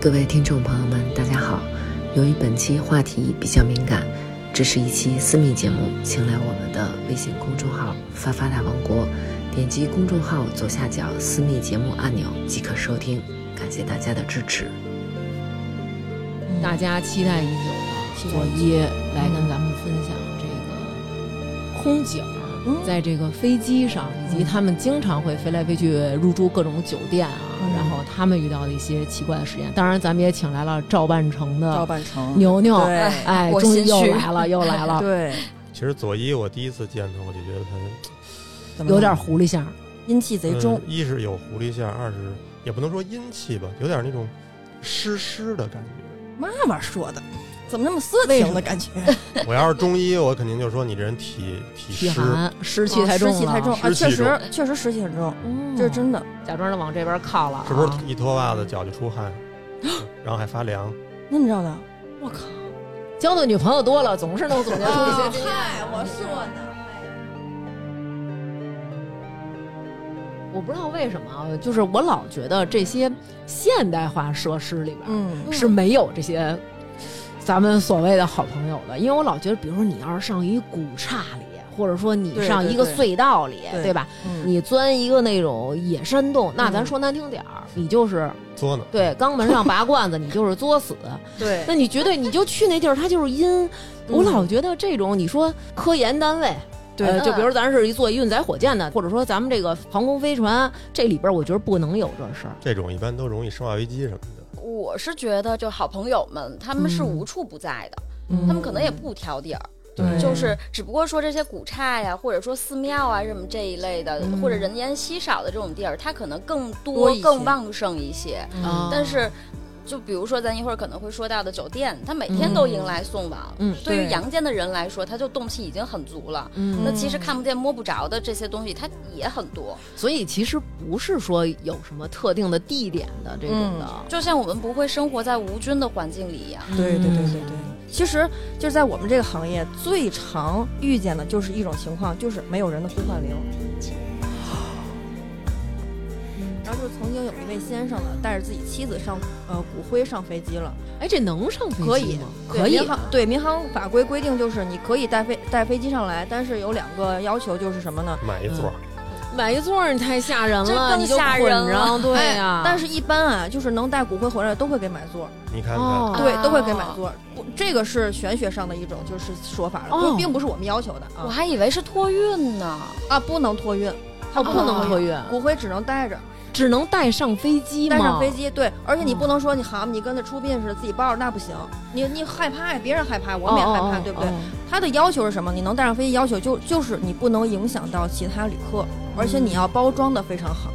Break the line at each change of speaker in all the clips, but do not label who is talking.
各位听众朋友们，大家好。由于本期话题比较敏感，这是一期私密节目，请来我们的微信公众号“发发大王国”，点击公众号左下角私密节目按钮即可收听。感谢大家的支持。
大家期待已久的佐伊来跟咱们分享这个空姐儿在这个飞机上，以及他们经常会飞来飞去入住各种酒店啊，然后他们遇到的一些奇怪的实验。当然，咱们也请来了赵半城
赵
的
半城，
牛牛，
对
哎，啊
我
终于
心
又
虚
来 了，又来了，
对，
其实佐伊我第一次见他，我就觉得他
怎么
有点狐狸相儿。
阴气贼
嗯
重，
一是有狐狸相，二是也不能说阴气吧，有点那种湿湿的感觉。
嘛玩意儿说的，怎么那么色情的感觉？
我要是中医，我肯定就说你这人体体
体
湿。
寒，哦湿气太重
啊
了，
湿气太重啊，
湿
确
气
实确实湿气很重，
嗯
这是真的。
假装的往这边靠了啊，
是不是一脱袜子脚就出汗，然后还发凉？
那你知道的？我靠！
交的女朋友多了，总是能总结出一
嗯
些经验。
呢，
我不知道为什么，啊，就是我老觉得这些现代化设施里边、
嗯，
是没有这些咱们所谓的好朋友的，因为我老觉得，比如说你要是上一古刹里，或者说你
对
上
对
一个
对
隧道里，
对
吧？
嗯，
你钻一个那种野山洞，那咱
嗯
说难听点儿，你就是
作呢？
对肛门上拔罐子，你就是作死。
对
那你绝对你就去那地儿，它就是阴。
嗯
我老觉得这种，你说科研单位，
对
呃，就比如咱是一做运载火箭的，或者说咱们这个航空飞船，这里边我觉得不能有这事儿。
这种一般都容易生化危机什么的。
我是觉得，就好朋友们，他们是
嗯
无处不在的，
嗯
他们可能也不挑地儿，
对
嗯
就是只不过说这些古刹呀，或者说寺庙啊什么这一类的，
嗯
或者人烟稀少的这种地儿，它可能更
多
多
一些
更旺盛一些。
啊
但是，就比如说咱一会儿可能会说到的酒店，它每天都迎来送往。
嗯
对于
对
阳间的人来说，他就动气已经很足了。
嗯
那其实看不见摸不着的这些东西，它也很多。
所以其实不是说有什么特定的地点的这种的，
嗯
就像我们不会生活在无菌的环境里一样。
对对对对对。嗯其实就是在我们这个行业最常遇见的就是一种情况，就是没有人的呼唤铃。
嗯
然后就是曾经有一位先生呢，带着自己妻子上呃骨灰上飞机了，
哎，这能上飞机吗？
可以对
可以
民航对民航法规规定就是你可以带飞带飞机上来，但是有两个要求就是什么呢？
买一座，
买一座儿你太吓人
这
了，
更
你就
吓
捆
人
着，
了
对
哎
呀、
但是一般啊，就是能带骨灰回来都会给买座，
你看
哦
看，
对，
啊
都会给买座。不，这个是玄学上的一种就是说法了，
哦
不并不是我们要求的
我
啊
还以为是托运呢。
啊，不能托运，
哦，不能托运，
骨灰只能带着，
只能带上飞机吗？
带上飞机。对，而且你
嗯
不能说你好，你跟那出殡似的自己抱着，那不行，你你害怕呀，别人害怕，我们也害怕，对不对？
哦哦
他的要求是什么？你能带上飞机，要求就就是你不能影响到其他旅客，而且
嗯
你要包装的非常好。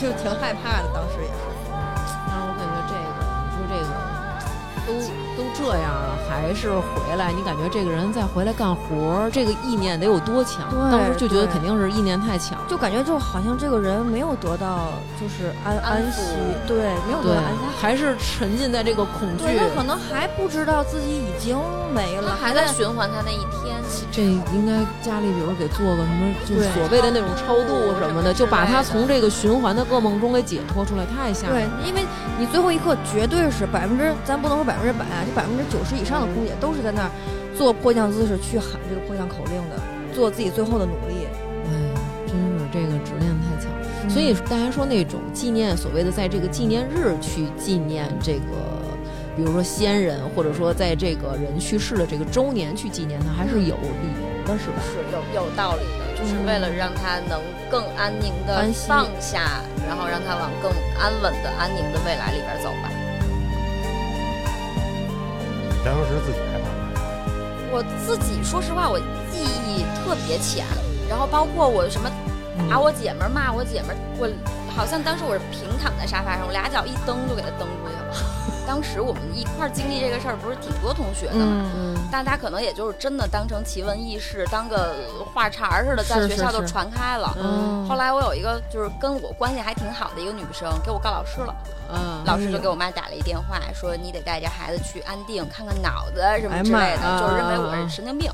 就挺害怕的，当时也是。
哦但是我感觉这个，你说这个都都这样了，还是回来，你感觉这个人再回来干活儿，这个意念得有多强？
对
当时就觉得
对
肯定是意念太强。
就感觉就好像这个人没有得到就是安
安
安息
抚，
对，没有得
对
到安息，，
还是沉浸在这个恐惧。
对他可能还不知道自己已经没
他
了，
还在循环他那一天，
这应该家里，比如给做个什么，就
对
所谓的那种超度什么的，就把他从这个循环的噩梦中给解脱出来，太吓
对
人了。，
因为你最后一刻绝对是百分之，咱不能说百分之百啊，这百分之九十以上的空姐都是在那儿做迫降姿势去喊这个迫降口令的，做自己最后的努力。
哎，真是这个执念太强。所
嗯
以大家说那种纪念，所谓的在这个纪念日去纪念这个，比如说先人，或者说在这个人去世的这个周年去纪念他，还是有理由的，是吧？
是有有道理的，就是
嗯
为了让他能更安宁的
安息
放下，然后让他往更安稳的、安宁的未来里边走吧。
你当时自己害怕吗？
我自己说实话，我记忆特别浅，然后包括我什么打我姐们儿、骂我姐们儿，我好像当时我是平躺在沙发上，我俩脚一蹬就给他蹬出去了。当时我们一块儿经历这个事儿，不是挺多同学的吗？
嗯，
嗯，
大家可能也就是真的当成奇闻异事，当个话茬儿似的，在
是
学
是
校就是传开了。
嗯
后来我有一个就是跟我关系还挺好的一个女生，给我告老师了，
哎
嗯，
老师就给我妈打了一电话，说你得带着孩子去安定看看脑子什么之
哎
类
呀啊
妈呀
的，就是认为我是神经病。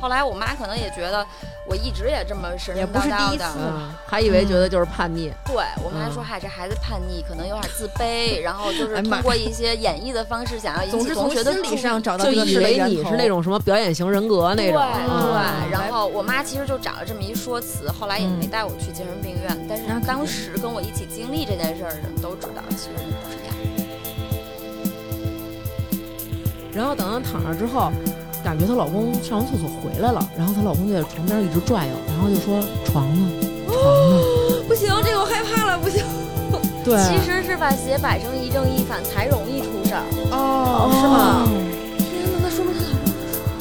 后来我妈可能也觉得我一直也这么神
也
神
不是
叨
第
叨
一次
的，
啊，
还以为觉得就是叛逆，
对我妈说，
嗯
嗨，这孩子叛逆，可能有点自卑，然后就是
哎妈
通过一些演绎的方式想要引
总
起
之
同
从
学的
心
注
理
意
上找
啊
到
就
这个
以
事的
为
源
你
头
是那种什么表演型人格那种。
对
啊
嗯
对，然后我妈其实就找了这么一说辞，后来也没带我去精神病院，
嗯
但是
那肯定
当时跟我一起经历这件事儿的人都知道，其实你不是这样。
然后等她躺那之后，感觉她老公上完厕所回来了，然后她老公就在床边一直转悠，然后就说床呢，床呢，
不行，这个我害怕了，不行。
对，
其实是把鞋摆成一正一反才容易出事儿。
哦，是吗？天哪，那说明他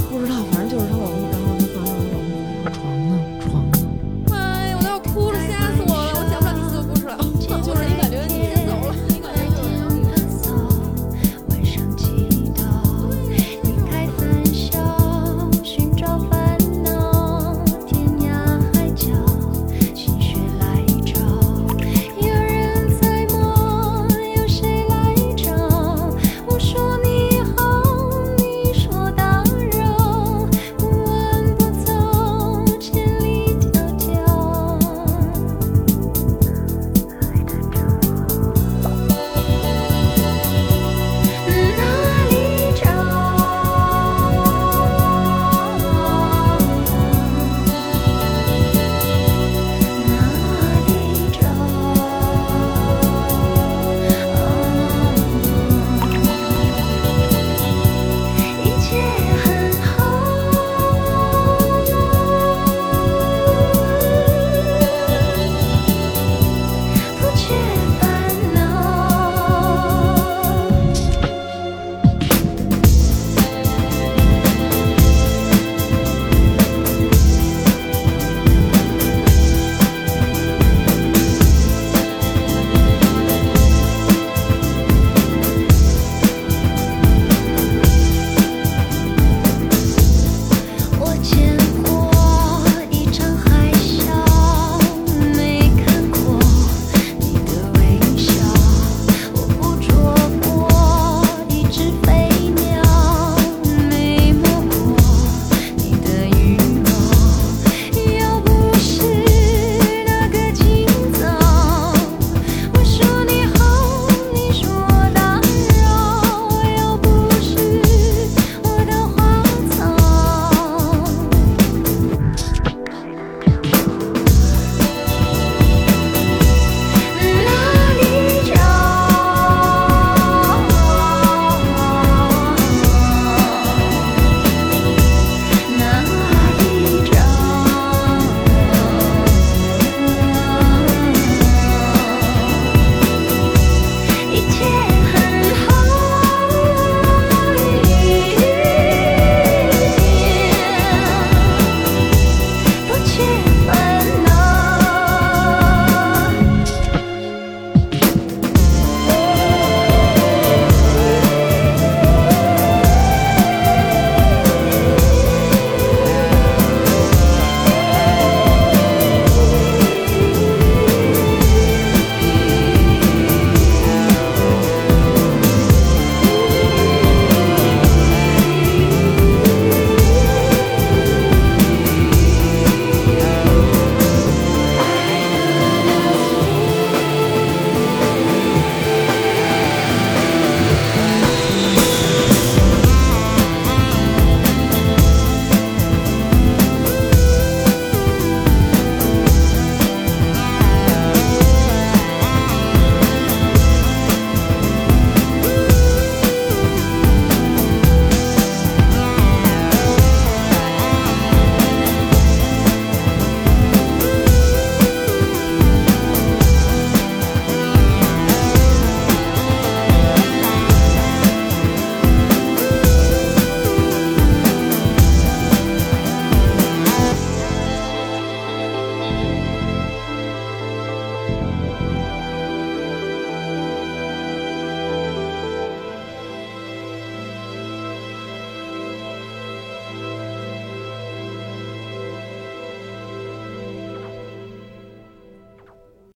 不知道，反正就是她老公，然后她发现她老公在床呢，
哎